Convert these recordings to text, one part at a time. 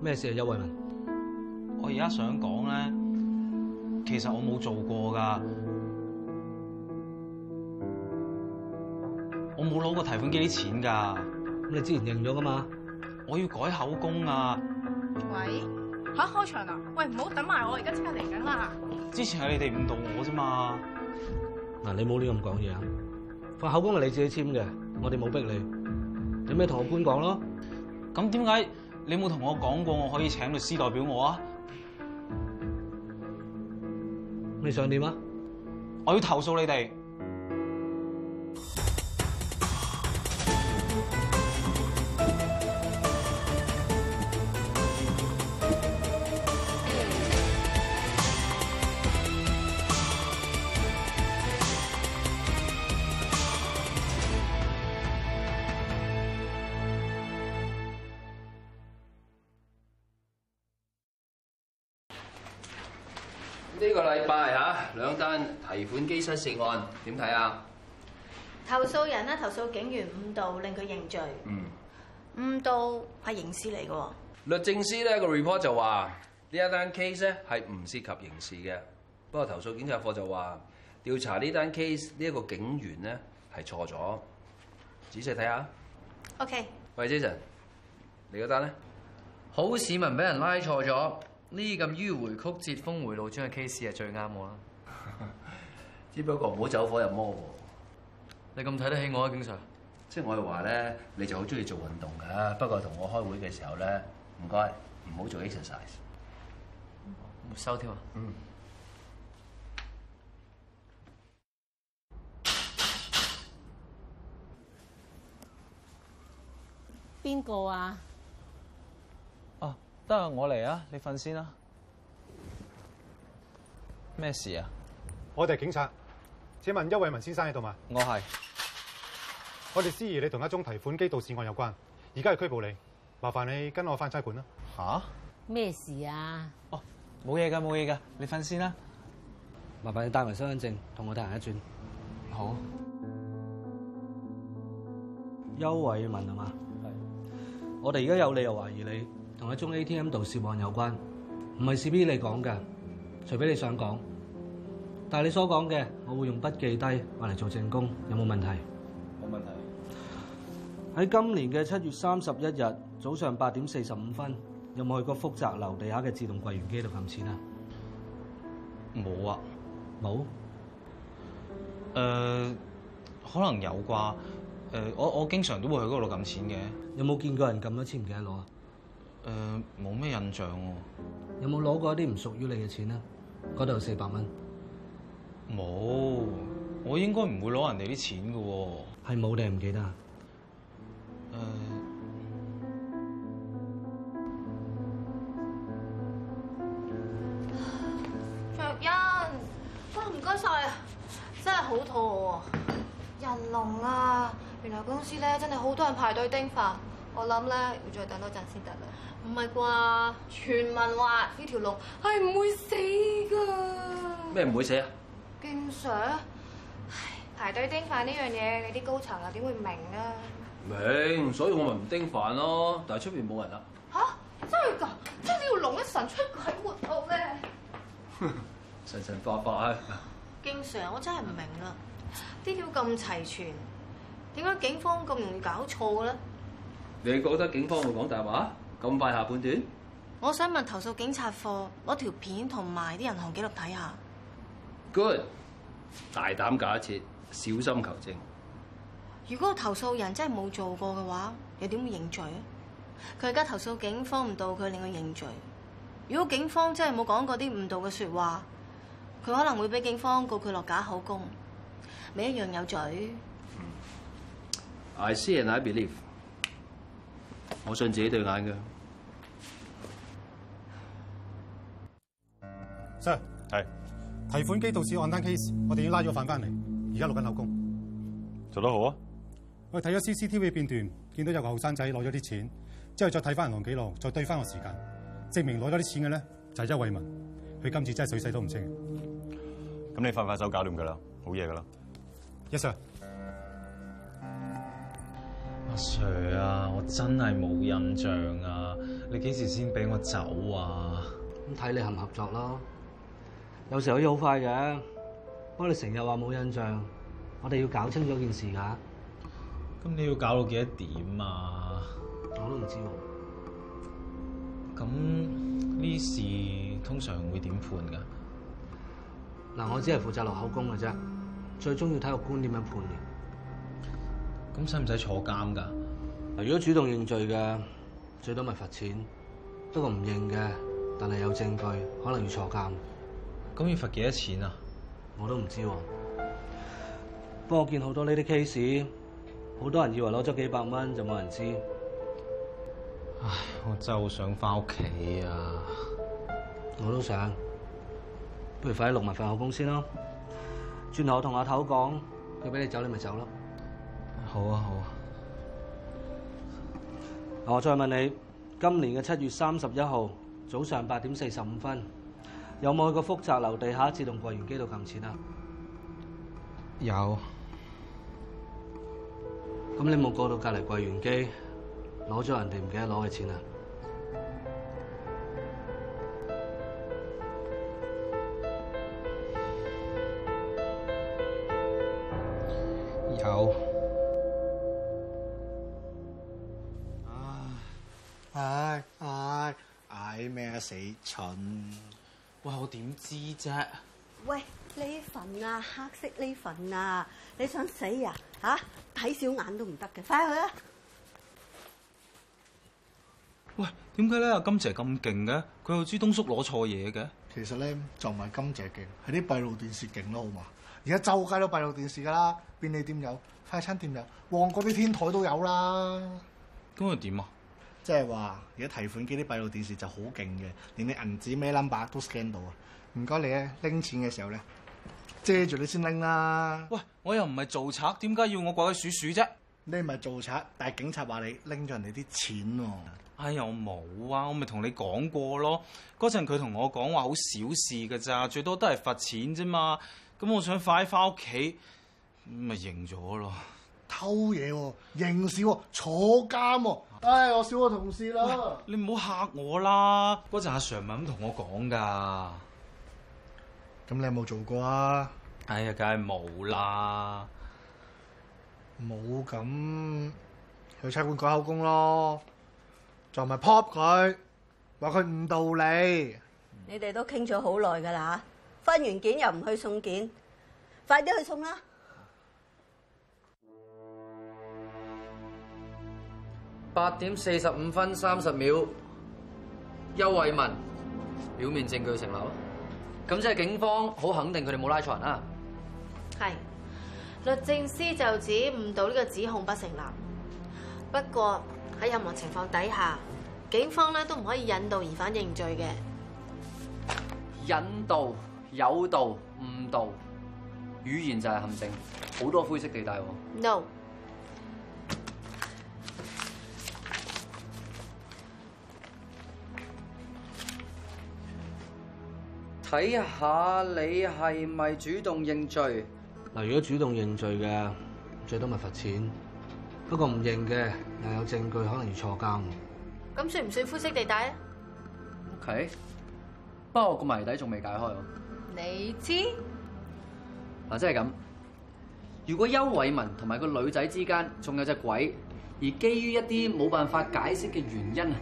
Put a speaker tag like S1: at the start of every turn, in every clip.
S1: 咩事啊？邱慧文，
S2: 我而家想講咧，其實我冇做過噶，我冇攞過提款機啲錢噶，
S1: 咁你之前認咗噶嘛？
S2: 我要改口供啊！
S3: 喂，吓、開場啦！喂，唔好等埋我，而家即刻嚟緊啦！
S2: 之前係你哋誤導我啫嘛，
S1: 嗱，你冇亂咁講嘢啊！份口供係你自己簽嘅，我哋冇逼你。有咩同我官講咯？
S2: 咁點解你冇同我講過我可以請律師代表我啊？
S1: 你想點啊？
S2: 我要投訴你哋。
S4: 呢個禮拜嚇兩單提款機失竊案點睇啊？
S5: 投訴人咧投訴警員誤導，令佢認罪。
S4: 嗯，
S5: 誤導係刑事嚟嘅喎。
S4: 律政司咧個 report 就話呢一單 case 咧係唔涉及刑事嘅，不過投訴警察課就話調查呢單 case 呢一個警員咧係錯咗，仔細睇下。
S5: OK，
S4: 喂，Jason，你嗰單咧？
S6: 好市民俾人拉錯咗，呢咁迂迴曲折、峰迴路轉嘅 case 係最啱我啦。
S4: 只不過唔好走火入魔喎，
S6: 你咁睇得起我啊，警 Sir？
S4: 即係我係話咧，你就好中意做運動㗎，不過同我開會嘅時候咧，唔該唔好做 exercise。
S6: 沒收添啊！
S7: 邊個啊？
S2: 啊，得啊，我嚟啊，你瞓先啦。咩事啊？
S8: 我哋係警察，請問邱偉文先生喺度嘛？
S2: 我係
S8: 我哋思疑你同一宗提款機盜竊案有關，而家係拘捕你，麻煩你跟我翻差館啦。
S2: 吓？
S7: 咩事啊？
S2: 哦，冇嘢㗎，冇嘢㗎，你瞓先啦。
S1: 麻煩你帶埋身份證，同我哋行一轉。
S2: 好。
S1: 邱偉文係啊嘛？係。我哋而家有理由懷疑你同一宗 ATM 盜竊案有關，唔係 C B 你講嘅，除非你想講。但係你所講嘅，我會用筆記低，話嚟做證供，有冇問題？
S4: 冇問題。
S1: 喺今年嘅七月三十一日早上八點四十五分，有冇去過福澤樓地下嘅自動櫃員機度撳錢啊？
S2: 冇啊。
S1: 冇。
S2: 誒、呃可能有啩。誒、我我經常都會去嗰度撳錢嘅。誒、
S1: 有冇見過人撳咗錢唔記得攞啊？
S2: 呃冇咩印象喎、
S1: 有冇攞過一啲唔屬於你嘅錢啊？嗰度四百蚊
S2: 冇，我應該唔會攞人哋啲錢嘅喎、
S1: 係冇定係唔記得啊？
S2: 誒、呃
S5: 卓欣，哇唔該晒啊，真係好肚餓喎，人龍啊！原來公司咧真係好多人排隊叮飯，我諗咧要再等多陣先得啦。唔係啩？傳聞話呢條龍係唔會死㗎。
S4: 咩唔會死啊？
S5: 經常唉排隊叮飯呢樣嘢，你啲高層又點會明啊？
S4: 明，所以我咪唔叮飯咯。但係出邊冇人啦。
S5: 吓？真係㗎？即係呢條龍一神出鬼沒我咧！
S4: 神神化化啊！
S5: 經常我真係唔明啦，啲料咁齊全，點解警方咁容易搞錯嘅咧？
S4: 你覺得警方會講大話？咁快下判斷？
S5: 我想問投訴警察課攞條片同埋啲銀行記錄睇下。
S4: Good，大膽假設，小心求證。
S5: 如果個投訴人真係冇做過嘅話，又點會認罪啊？佢而家投訴警方唔到佢，令佢認罪。如果警方真係冇講過啲誤導嘅説話，佢可能會俾警方告佢落假口供，咪一樣有罪。
S4: I see and I believe。我信自己對眼嘅。
S8: Sir，
S9: 係
S8: 提款機盜竊案單 case，我哋已經拉咗犯翻嚟，而家錄緊口供。
S9: 做得好啊！
S8: 我哋睇咗 CCTV 片段，見到有個後生仔攞咗啲錢，之後再睇翻銀行記錄，再對翻個時間，證明攞咗啲錢嘅咧就係邱偉文，佢今次真係水洗都唔清。
S9: 咁你快快手搞掂佢啦，冇嘢噶啦。
S8: Yes sir，
S2: 阿 Sir 啊，我真係冇印象啊。你幾時先俾我走啊？
S1: 咁睇你合唔合作咯。有時候要好快嘅，不過你成日話冇印象，我哋要搞清楚件事㗎。
S2: 咁你要搞到幾多點啊？
S1: 我都唔知喎，
S2: 咁呢事通常會點判㗎？
S1: 嗱，我只係負責落口供嘅啫，最終要睇個官點樣判嘅。
S2: 咁使唔使坐監㗎？
S1: 嗱，啊如果主動認罪嘅，最多咪罰錢；不過唔認嘅，但係有證據，可能要坐監。
S2: 咁要罰幾多錢啊？
S1: 我都唔知喎。不過我見好多呢啲 case，好多人以為攞咗幾百蚊就冇人知。
S2: 唉，我真係好想翻屋企啊！
S1: 我都想，不如快啲錄埋份口供先咯。轉頭我同阿頭講，佢俾你走，你咪走咯。
S2: 好啊，好啊。
S1: 我再問你，今年嘅七月三十一號早上八點四十五分，有冇去過福澤樓地下自動櫃員機度撳錢啊？
S2: 有，
S1: 咁你冇過到隔離櫃員機，攞咗人哋唔記得攞嘅錢啊？
S2: 有。
S8: 唉唉唉咩啊死蠢！
S10: 喂，我點知啫？
S11: 喂，呢份啊，黑色呢份啊，你想死啊？吓、睇小眼都唔得嘅，快去啊啦！
S2: 喂，點解咧阿金姐咁勁嘅？佢又知東叔攞錯嘢嘅？
S8: 其實咧就唔係金姐勁，係啲閉路電視勁咯，好嘛？而家周街都閉路電視㗎啦，便利店有，快餐店有，旺角啲天台都有啦。
S2: 咁又點啊？
S8: 即係話而家提款機啲閉路電視就好勁嘅，連你銀紙咩 number 都 scan 到啊！唔該你咧拎錢嘅時候咧，遮住你先拎啦。
S2: 喂，我又唔係做賊，點解要我鬼鬼鼠鼠啫？
S8: 你咪做賊，但係警察話你拎咗人哋啲錢喎、
S2: 哎呀，我冇啊，我咪同你講過咯。嗰陣佢同我講話好小事㗎咋，最多都係罰錢啫嘛。咁我想快翻屋企，咪認咗咯。
S8: 偷嘢喎、刑事喎、坐監喎、唉，我少個同事啦。
S2: 你唔好嚇我啦！嗰陣阿 Sir 咪咁同我講㗎。
S8: 咁你有冇做過啊？
S2: 哎呀，梗係冇啦。
S8: 冇咁去差館改口供咯，就咪 pop 佢，話佢誤導你。
S11: 你哋都傾咗好耐㗎啦嚇，分完件又唔去送件，快啲去送啦！
S4: 八點四十五分三十秒，邱慧文表面證據成立，啊咁即係警方好肯定佢哋冇拉錯人啊啦。
S3: 係，律政司就指誤導呢個指控不成立。不過喺任何情況底下，警方咧都唔可以引導疑犯認罪嘅。
S4: 引導、誘導、誤導，語言就係陷阱，好多灰色地帶喎。
S3: No。
S10: 睇下你係咪主動認罪？
S1: 嗱，如果主動認罪嘅，最多咪罰錢；不過唔認嘅，又有證據，可能要坐監。
S3: 咁算唔算灰色地帶咧？啊
S4: OK，不過個謎底仲未解開喎。
S3: 你知？
S4: 嗱，啊即係咁。如果邱偉文同埋個女仔之間仲有隻鬼，而基於一啲冇辦法解釋嘅原因啊，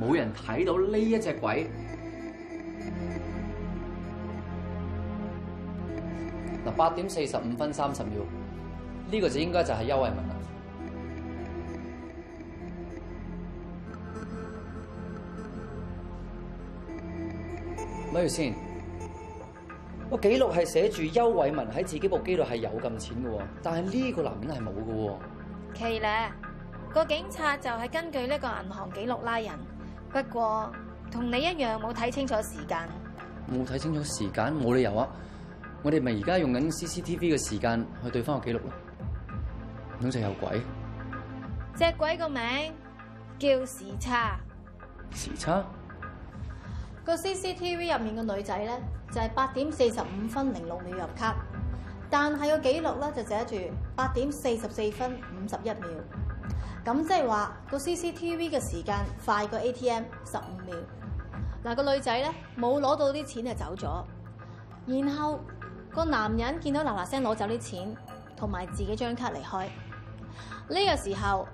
S4: 冇人睇到呢一隻鬼。嗱，八點四十五分三十秒，呢、個就應該就係邱偉文啦。咪住先，個記錄係寫住邱偉文喺自己部機度係有撳錢嘅喎，但係呢個男人係冇嘅喎。
S5: 奇咧，個警察就係根據呢個銀行記錄拉人，不過同你一樣冇睇清楚時間。
S4: 冇睇清楚時間，冇理由啊！我哋咪而家用緊 CCTV 嘅時間去對翻個記錄咯。唔通就有鬼？
S5: 隻鬼個名叫時差，
S4: 時差？
S5: 個 CCTV 入面嘅女仔咧就係八點四十五分零六秒入卡，但係個記錄咧就寫住八點四十四分五十一秒。
S12: 咁即係話個 CCTV 嘅時間快過 ATM 十五秒。嗱、個女仔咧冇攞到啲錢就走咗，然後個男人見到嗱嗱聲攞走啲錢，同 埋自己張卡離開。呢、個時候，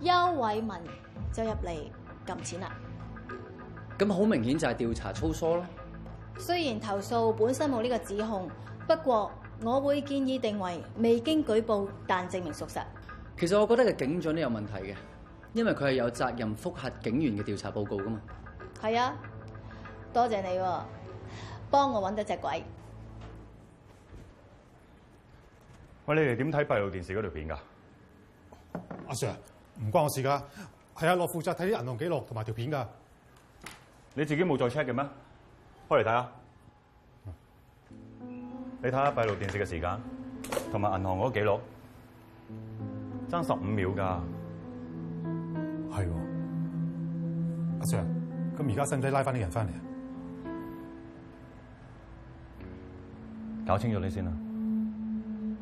S12: 邱偉文就入嚟撳錢啦。
S6: 咁好明顯就係調查粗疏咯。
S12: 雖然投訴本身冇呢個指控，不過我會建議定為未經舉報，但證明屬實。
S6: 其實我覺得嘅警長都有問題嘅，因為佢係有責任複核警員嘅調查報告噶嘛。
S12: 係啊，多謝你喎，幫我揾到隻鬼。
S9: 喂，你哋點睇閉路電視嗰條片㗎？
S8: 阿 Sir，唔關我事㗎，係阿樂負責睇啲銀行記錄同埋條片㗎。
S9: 你自己冇再 check 嘅咩？開嚟睇下。你睇下閉路電視嘅時間，同埋銀行嗰個記錄，爭十五秒㗎。
S8: 係喎，阿 Sir，咁而家使唔使拉翻啲人翻嚟啊？
S9: 搞清楚你先啦。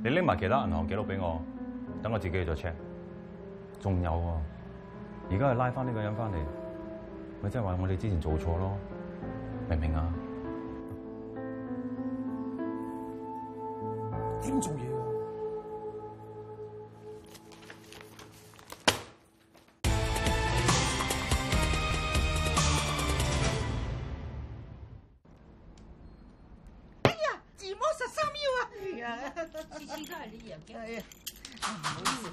S9: 你拎埋啊其他銀行記錄俾我，等我自己去再 check。仲有喎、而家係拉翻呢個人翻嚟，咪即係話我哋之前做錯咯，明唔明啊？
S8: 點做嘢啊？
S11: 哎呀，自摸十三秒啊！哎呀，次次都係呢樣嘅。係啊，唔好意思。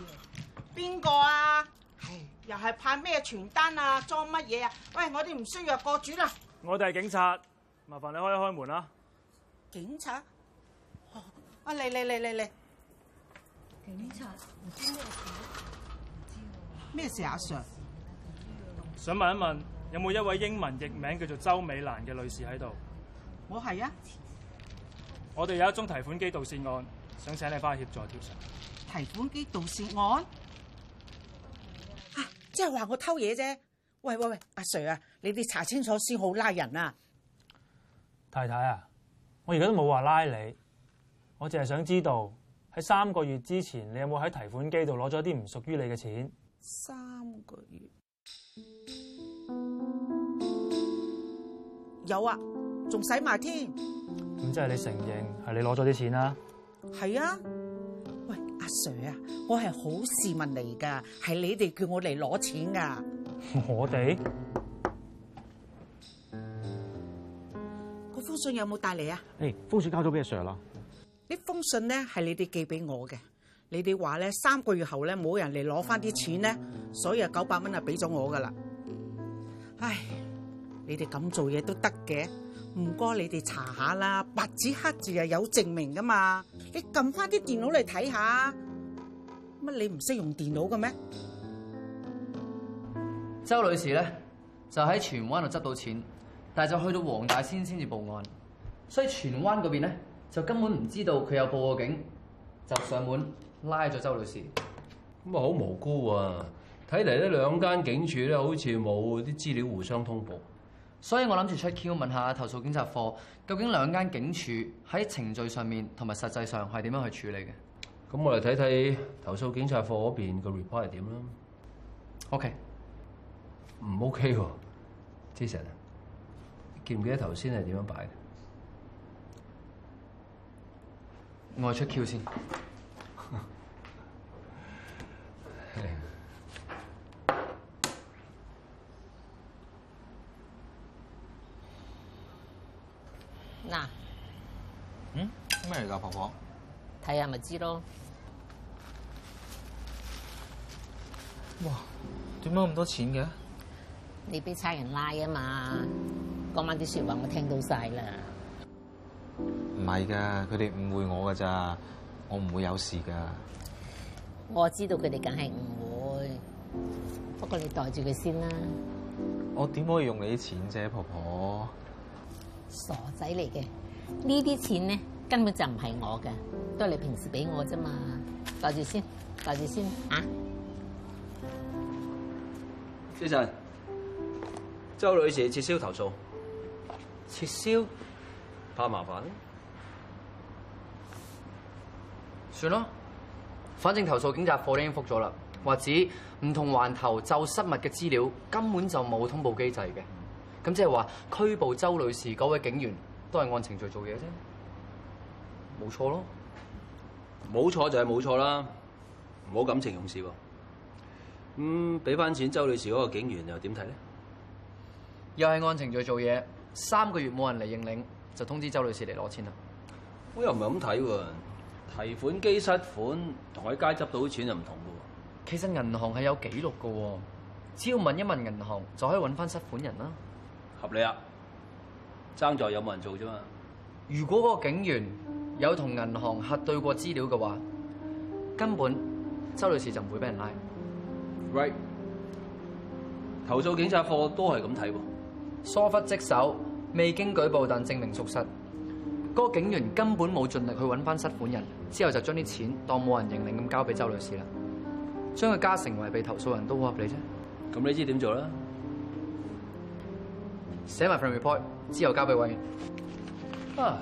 S11: 邊個啊？唉，又係派咩傳單啊？裝乜嘢啊？喂，我哋唔需要過主啦。
S13: 我哋係警察，麻煩你開一開門啦。
S11: 警察？哦啊嚟嚟嚟嚟嚟！警察唔知咩事？咩事啊阿？Sir，
S13: 想問一問，有冇一位英文譯名叫做周美蘭嘅女士喺度？
S11: 我係啊，
S13: 我哋有一宗提款機盜竊案，想請你翻去協助調查。
S11: 提款機盜竊案。啊，即係話我偷嘢啫。喂喂喂，阿 Sir 啊，你哋查清楚先好拉人啊！
S13: 太太啊，我而家都冇話拉你，我淨係想知道喺三個月之前，你有冇喺提款機度攞咗啲唔屬於你嘅錢？
S11: 三個月有啊，仲使埋添。
S13: 咁即係你承認係你攞咗啲錢啦？
S11: 係啊，喂阿 Sir 啊，我係好市民嚟㗎，係你哋叫我嚟攞錢㗎。
S13: 我哋
S11: 嗰封信有冇帶嚟啊？
S13: 嗯
S14: 誒，封信交咗俾阿 Sir 啦。
S11: 呢封信咧係你哋寄俾我嘅，你哋話咧三個月後咧冇人嚟攞翻啲錢咧，所以啊九百蚊啊俾咗我噶啦。唉，你哋咁做嘢都得嘅，唔該你哋查下啦，白紙黑字啊有證明噶嘛，你撳翻啲電腦嚟睇下，乜你唔識用電腦嘅咩？
S6: 周女士咧就喺荃灣度執到錢，但係就去到黃大仙先至報案，所以荃灣嗰邊咧就根本唔知道佢有報過警，就上門拉咗周女士。
S4: 咁啊，好無辜啊！睇嚟呢兩間警署咧，好似冇啲資料互相通報。
S6: 所以我諗住出 Q 問下投訴警察課，究竟兩間警署喺程序上面同埋實際上係點樣去處理嘅
S4: 咁我哋睇睇投訴警察課嗰邊個 report 係點啦。
S6: ？OK，
S4: 唔 OK 喎，Jason 啊，記唔記得頭先係點樣擺嘅？
S6: 我去出 Q 先。
S7: 嗱，
S2: 嗯，咩嚟㗎，婆婆？
S7: 睇下咪知咯。
S2: 點解咁多錢嘅？
S7: 你俾差人拉啊嘛，嗰晚啲説話我聽到晒啦。
S15: 唔係㗎，佢哋誤會我㗎咋，我唔會有事㗎。
S7: 我知道佢哋梗係唔會，不過你袋住佢先啦，
S15: 我點可以用你啲錢啫，婆婆？
S7: 傻仔嚟嘅。呢啲錢咧根本就唔係我嘅，都係你平時俾我啫嘛。袋住先，袋住先啊！
S4: Jason，周女士撤銷投訴。
S6: 撤銷？
S4: 怕麻煩？
S6: 算啦，反正投訴警察課都已經覆咗啦，或指唔同環頭就失物嘅資料根本就冇通報機制嘅。咁即係話拘捕周女士嗰位警員都係按程序做嘢啫，冇錯咯。
S4: 冇錯就係冇錯啦，唔好感情用事喎。咁俾翻錢周女士嗰個警員又點睇咧？
S6: 又係按程序做嘢，三個月冇人嚟認領，就通知周女士嚟攞錢啦。
S4: 我又唔係咁睇喎，提款機失款同喺街執到錢就唔同嘅
S6: 其實銀行係有記錄嘅喎，只要問一問銀行就可以揾翻失款人啦。
S4: 喎，合理啊！爭在有冇人做啫嘛。
S6: 如果嗰個警員有同銀行核對過資料嘅話，根本周女士就唔會俾人拉。
S4: Right，投訴警察課都係咁睇喎。
S6: 疏忽職守，未經舉報但證明屬實。嗰、個警員根本冇盡力去揾翻失款人，之後就將啲錢當冇人認領咁交俾周女士啦。將佢加成為被投訴人都好合理啫。
S4: 咁你知點做啦？
S6: 寫埋份 report 之後交俾委員。
S4: 啊，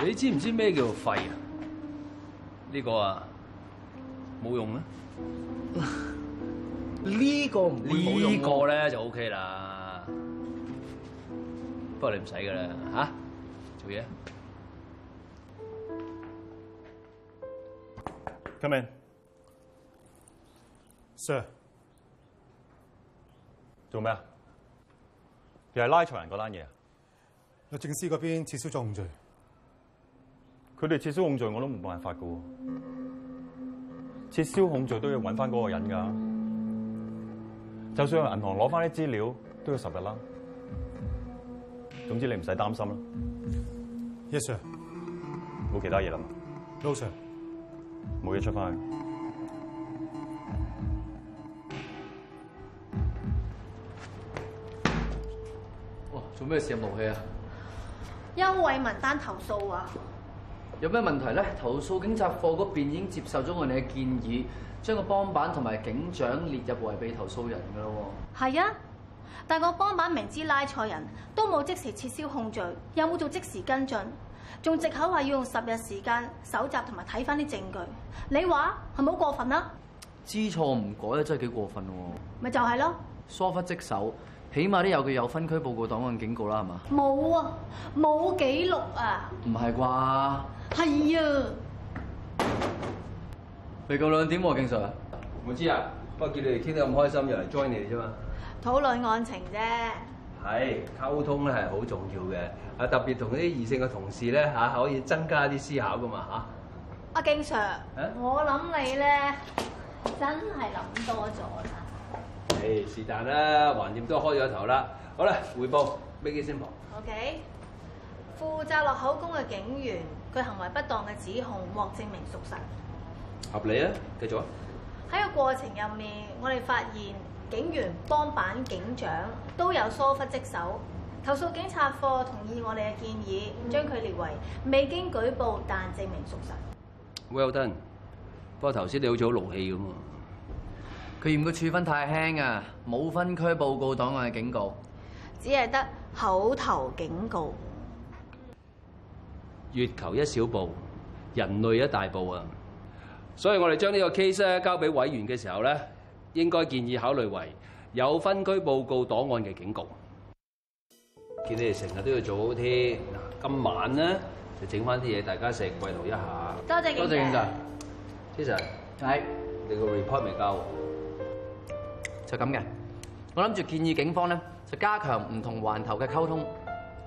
S4: 你知唔知咩叫廢啊？呢個啊，冇用啊！
S16: 呢個唔會冇用
S4: 呢個咧就 OK 啦。不過你唔使噶啦，吓、做嘢。
S2: Come in。
S8: Sir，
S2: 做咩啊？又係拉錯人嗰單嘢啊？
S8: 律政司嗰邊撤銷咗控罪，
S2: 佢哋撤銷控罪我都冇辦法噶喎。撤銷控罪都要揾翻嗰個人㗎。就算去銀行攞翻啲資料，都要十日啦。總之你唔使擔心啦。
S8: Yes sir。
S2: 冇其他嘢諗，
S8: No sir。
S2: 冇嘢出翻去。
S6: 哇！做咩事咁勞氣啊？
S5: 邱惠文單投訴啊，
S6: 有咩問題咧？投訴警察課嗰邊已經接受咗我哋嘅建議，將個幫辦同埋警長列入為被投訴人㗎咯
S5: 係啊，但個幫辦明知拉錯人，都冇即時撤銷控罪，有冇做即時跟進，仲藉口話要用十日時間搜集同埋睇翻啲證據，你話係咪好過分啦？
S6: 喎。知錯唔改咧，真係幾過分喎！
S5: 咪就係咯，
S6: 疏忽職守，起碼都有佢有分區報告檔案警告啦，係嘛？
S5: 冇啊，冇記錄啊，
S6: 嗯唔係啩？
S5: 係啊。
S6: 未夠兩點喎，警 Sir。
S4: 我知啊，不過見你哋傾得咁開心，又嚟 join 你哋啫嘛。
S5: 討論案情啫，
S4: 係溝通咧係好重要嘅，啊特別同啲異性嘅同事咧嚇、可以增加啲思考噶嘛嚇。
S5: 阿經 Sir，我諗你咧真係諗多咗啦。
S4: 誒是但啦，橫掂都開咗頭啦。好啦，匯報飛機先
S5: OK，負責落口供嘅警員，佢行為不當嘅指控獲證明屬實。
S4: 合理啊，繼續啊。
S5: 喺個過程入面，我哋發現警員、幫辦、警長都有疏忽職守。投訴警察課同意我哋嘅建議，將佢列為未經舉報但證明屬實。
S4: Well done。不過頭先你好似好勞氣咁喎。
S6: 佢嫌個處分太輕啊，冇分區報告檔案嘅警告。
S5: 只係得口頭警告。
S4: 月球一小步，人類一大步啊！所以我哋將呢個 case 咧交俾委員嘅時候咧，應該建議考慮為有分區報告檔案嘅警告。見你哋成日都要做好啲，嗱，今晚咧就整翻啲嘢大家食，慰勞一下。
S5: 多謝多謝警長。
S4: Jason，
S6: 係
S4: 你個 report 未交喎？
S6: 就咁嘅。我諗住建議警方咧就加強唔同環頭嘅溝通，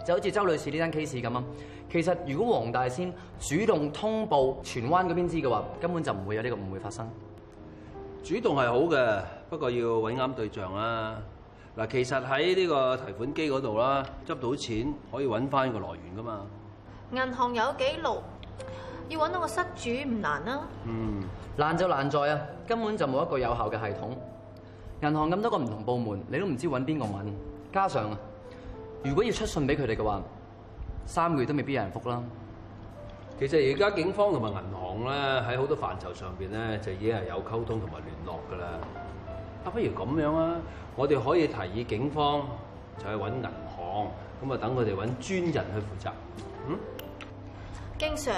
S6: 就好似周女士呢單 case 咁啊。其實如果黃大仙主動通報荃灣嗰邊知嘅話，根本就唔會有呢個誤會發生。
S4: 主動係好嘅，不過要揾啱對象啦。嗱，其實喺呢個提款機嗰度啦，執到錢可以揾翻個來源噶嘛。
S5: 銀行有記錄，要揾到個失主唔難啊啦、
S4: 嗯，
S6: 難就難在啊，根本就冇一個有效嘅系統。銀行咁多個唔同部門，你都唔知揾邊個問。加上啊，如果要出信俾佢哋嘅話，三個月都未必有人覆啦。
S4: 其實而家警方同埋銀行咧，喺好多範疇上邊咧，就已經係有溝通同埋聯絡噶啦。啊，不如咁樣啊，我哋可以提議警方就去揾銀行，咁啊等佢哋揾專人去負責。嗯，
S5: 經 Sir，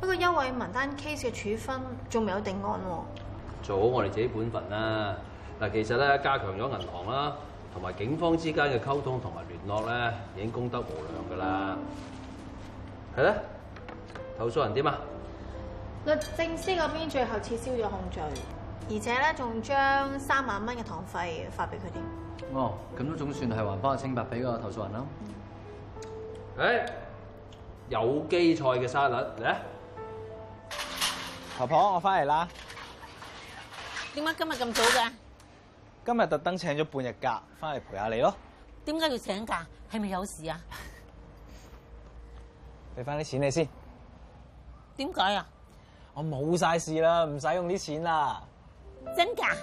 S5: 不過優惠文單 case 嘅處分仲未有定案喎、
S6: 做好我哋自己本分啦。嗱，其實咧加強咗銀行啦，同埋警方之間嘅溝通同埋聯絡咧，已經功德無量噶啦。係咧，投訴人點啊？
S5: 律政司嗰邊最後撤銷咗控罪，而且咧仲將三萬蚊嘅堂費發俾佢哋。
S17: 哦，咁都總算係還翻個清白俾個投訴人啦。
S6: 誒、有機菜嘅沙律嚟啊！
S2: 婆婆，我翻嚟啦。
S11: 點解今日咁早㗎？
S2: 今日特登請咗半日假，翻嚟陪下你咯。
S11: 點解要請假？係咪有事啊？
S2: 俾翻啲錢你先，
S11: 點解啊？
S2: 我冇晒事啦，唔使用啲錢啦。
S11: 真㗎？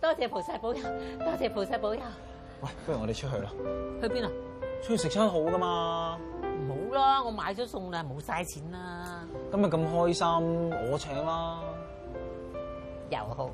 S11: 多謝菩薩保佑，多謝菩薩保佑。
S2: 喂，不如我哋出去啦，
S11: 去邊啊？
S2: 出去食餐好噶嘛。
S11: 唔好啦，我買咗餸啦，冇晒錢啦。
S2: 今日咁開心，我請啦。
S11: 又好。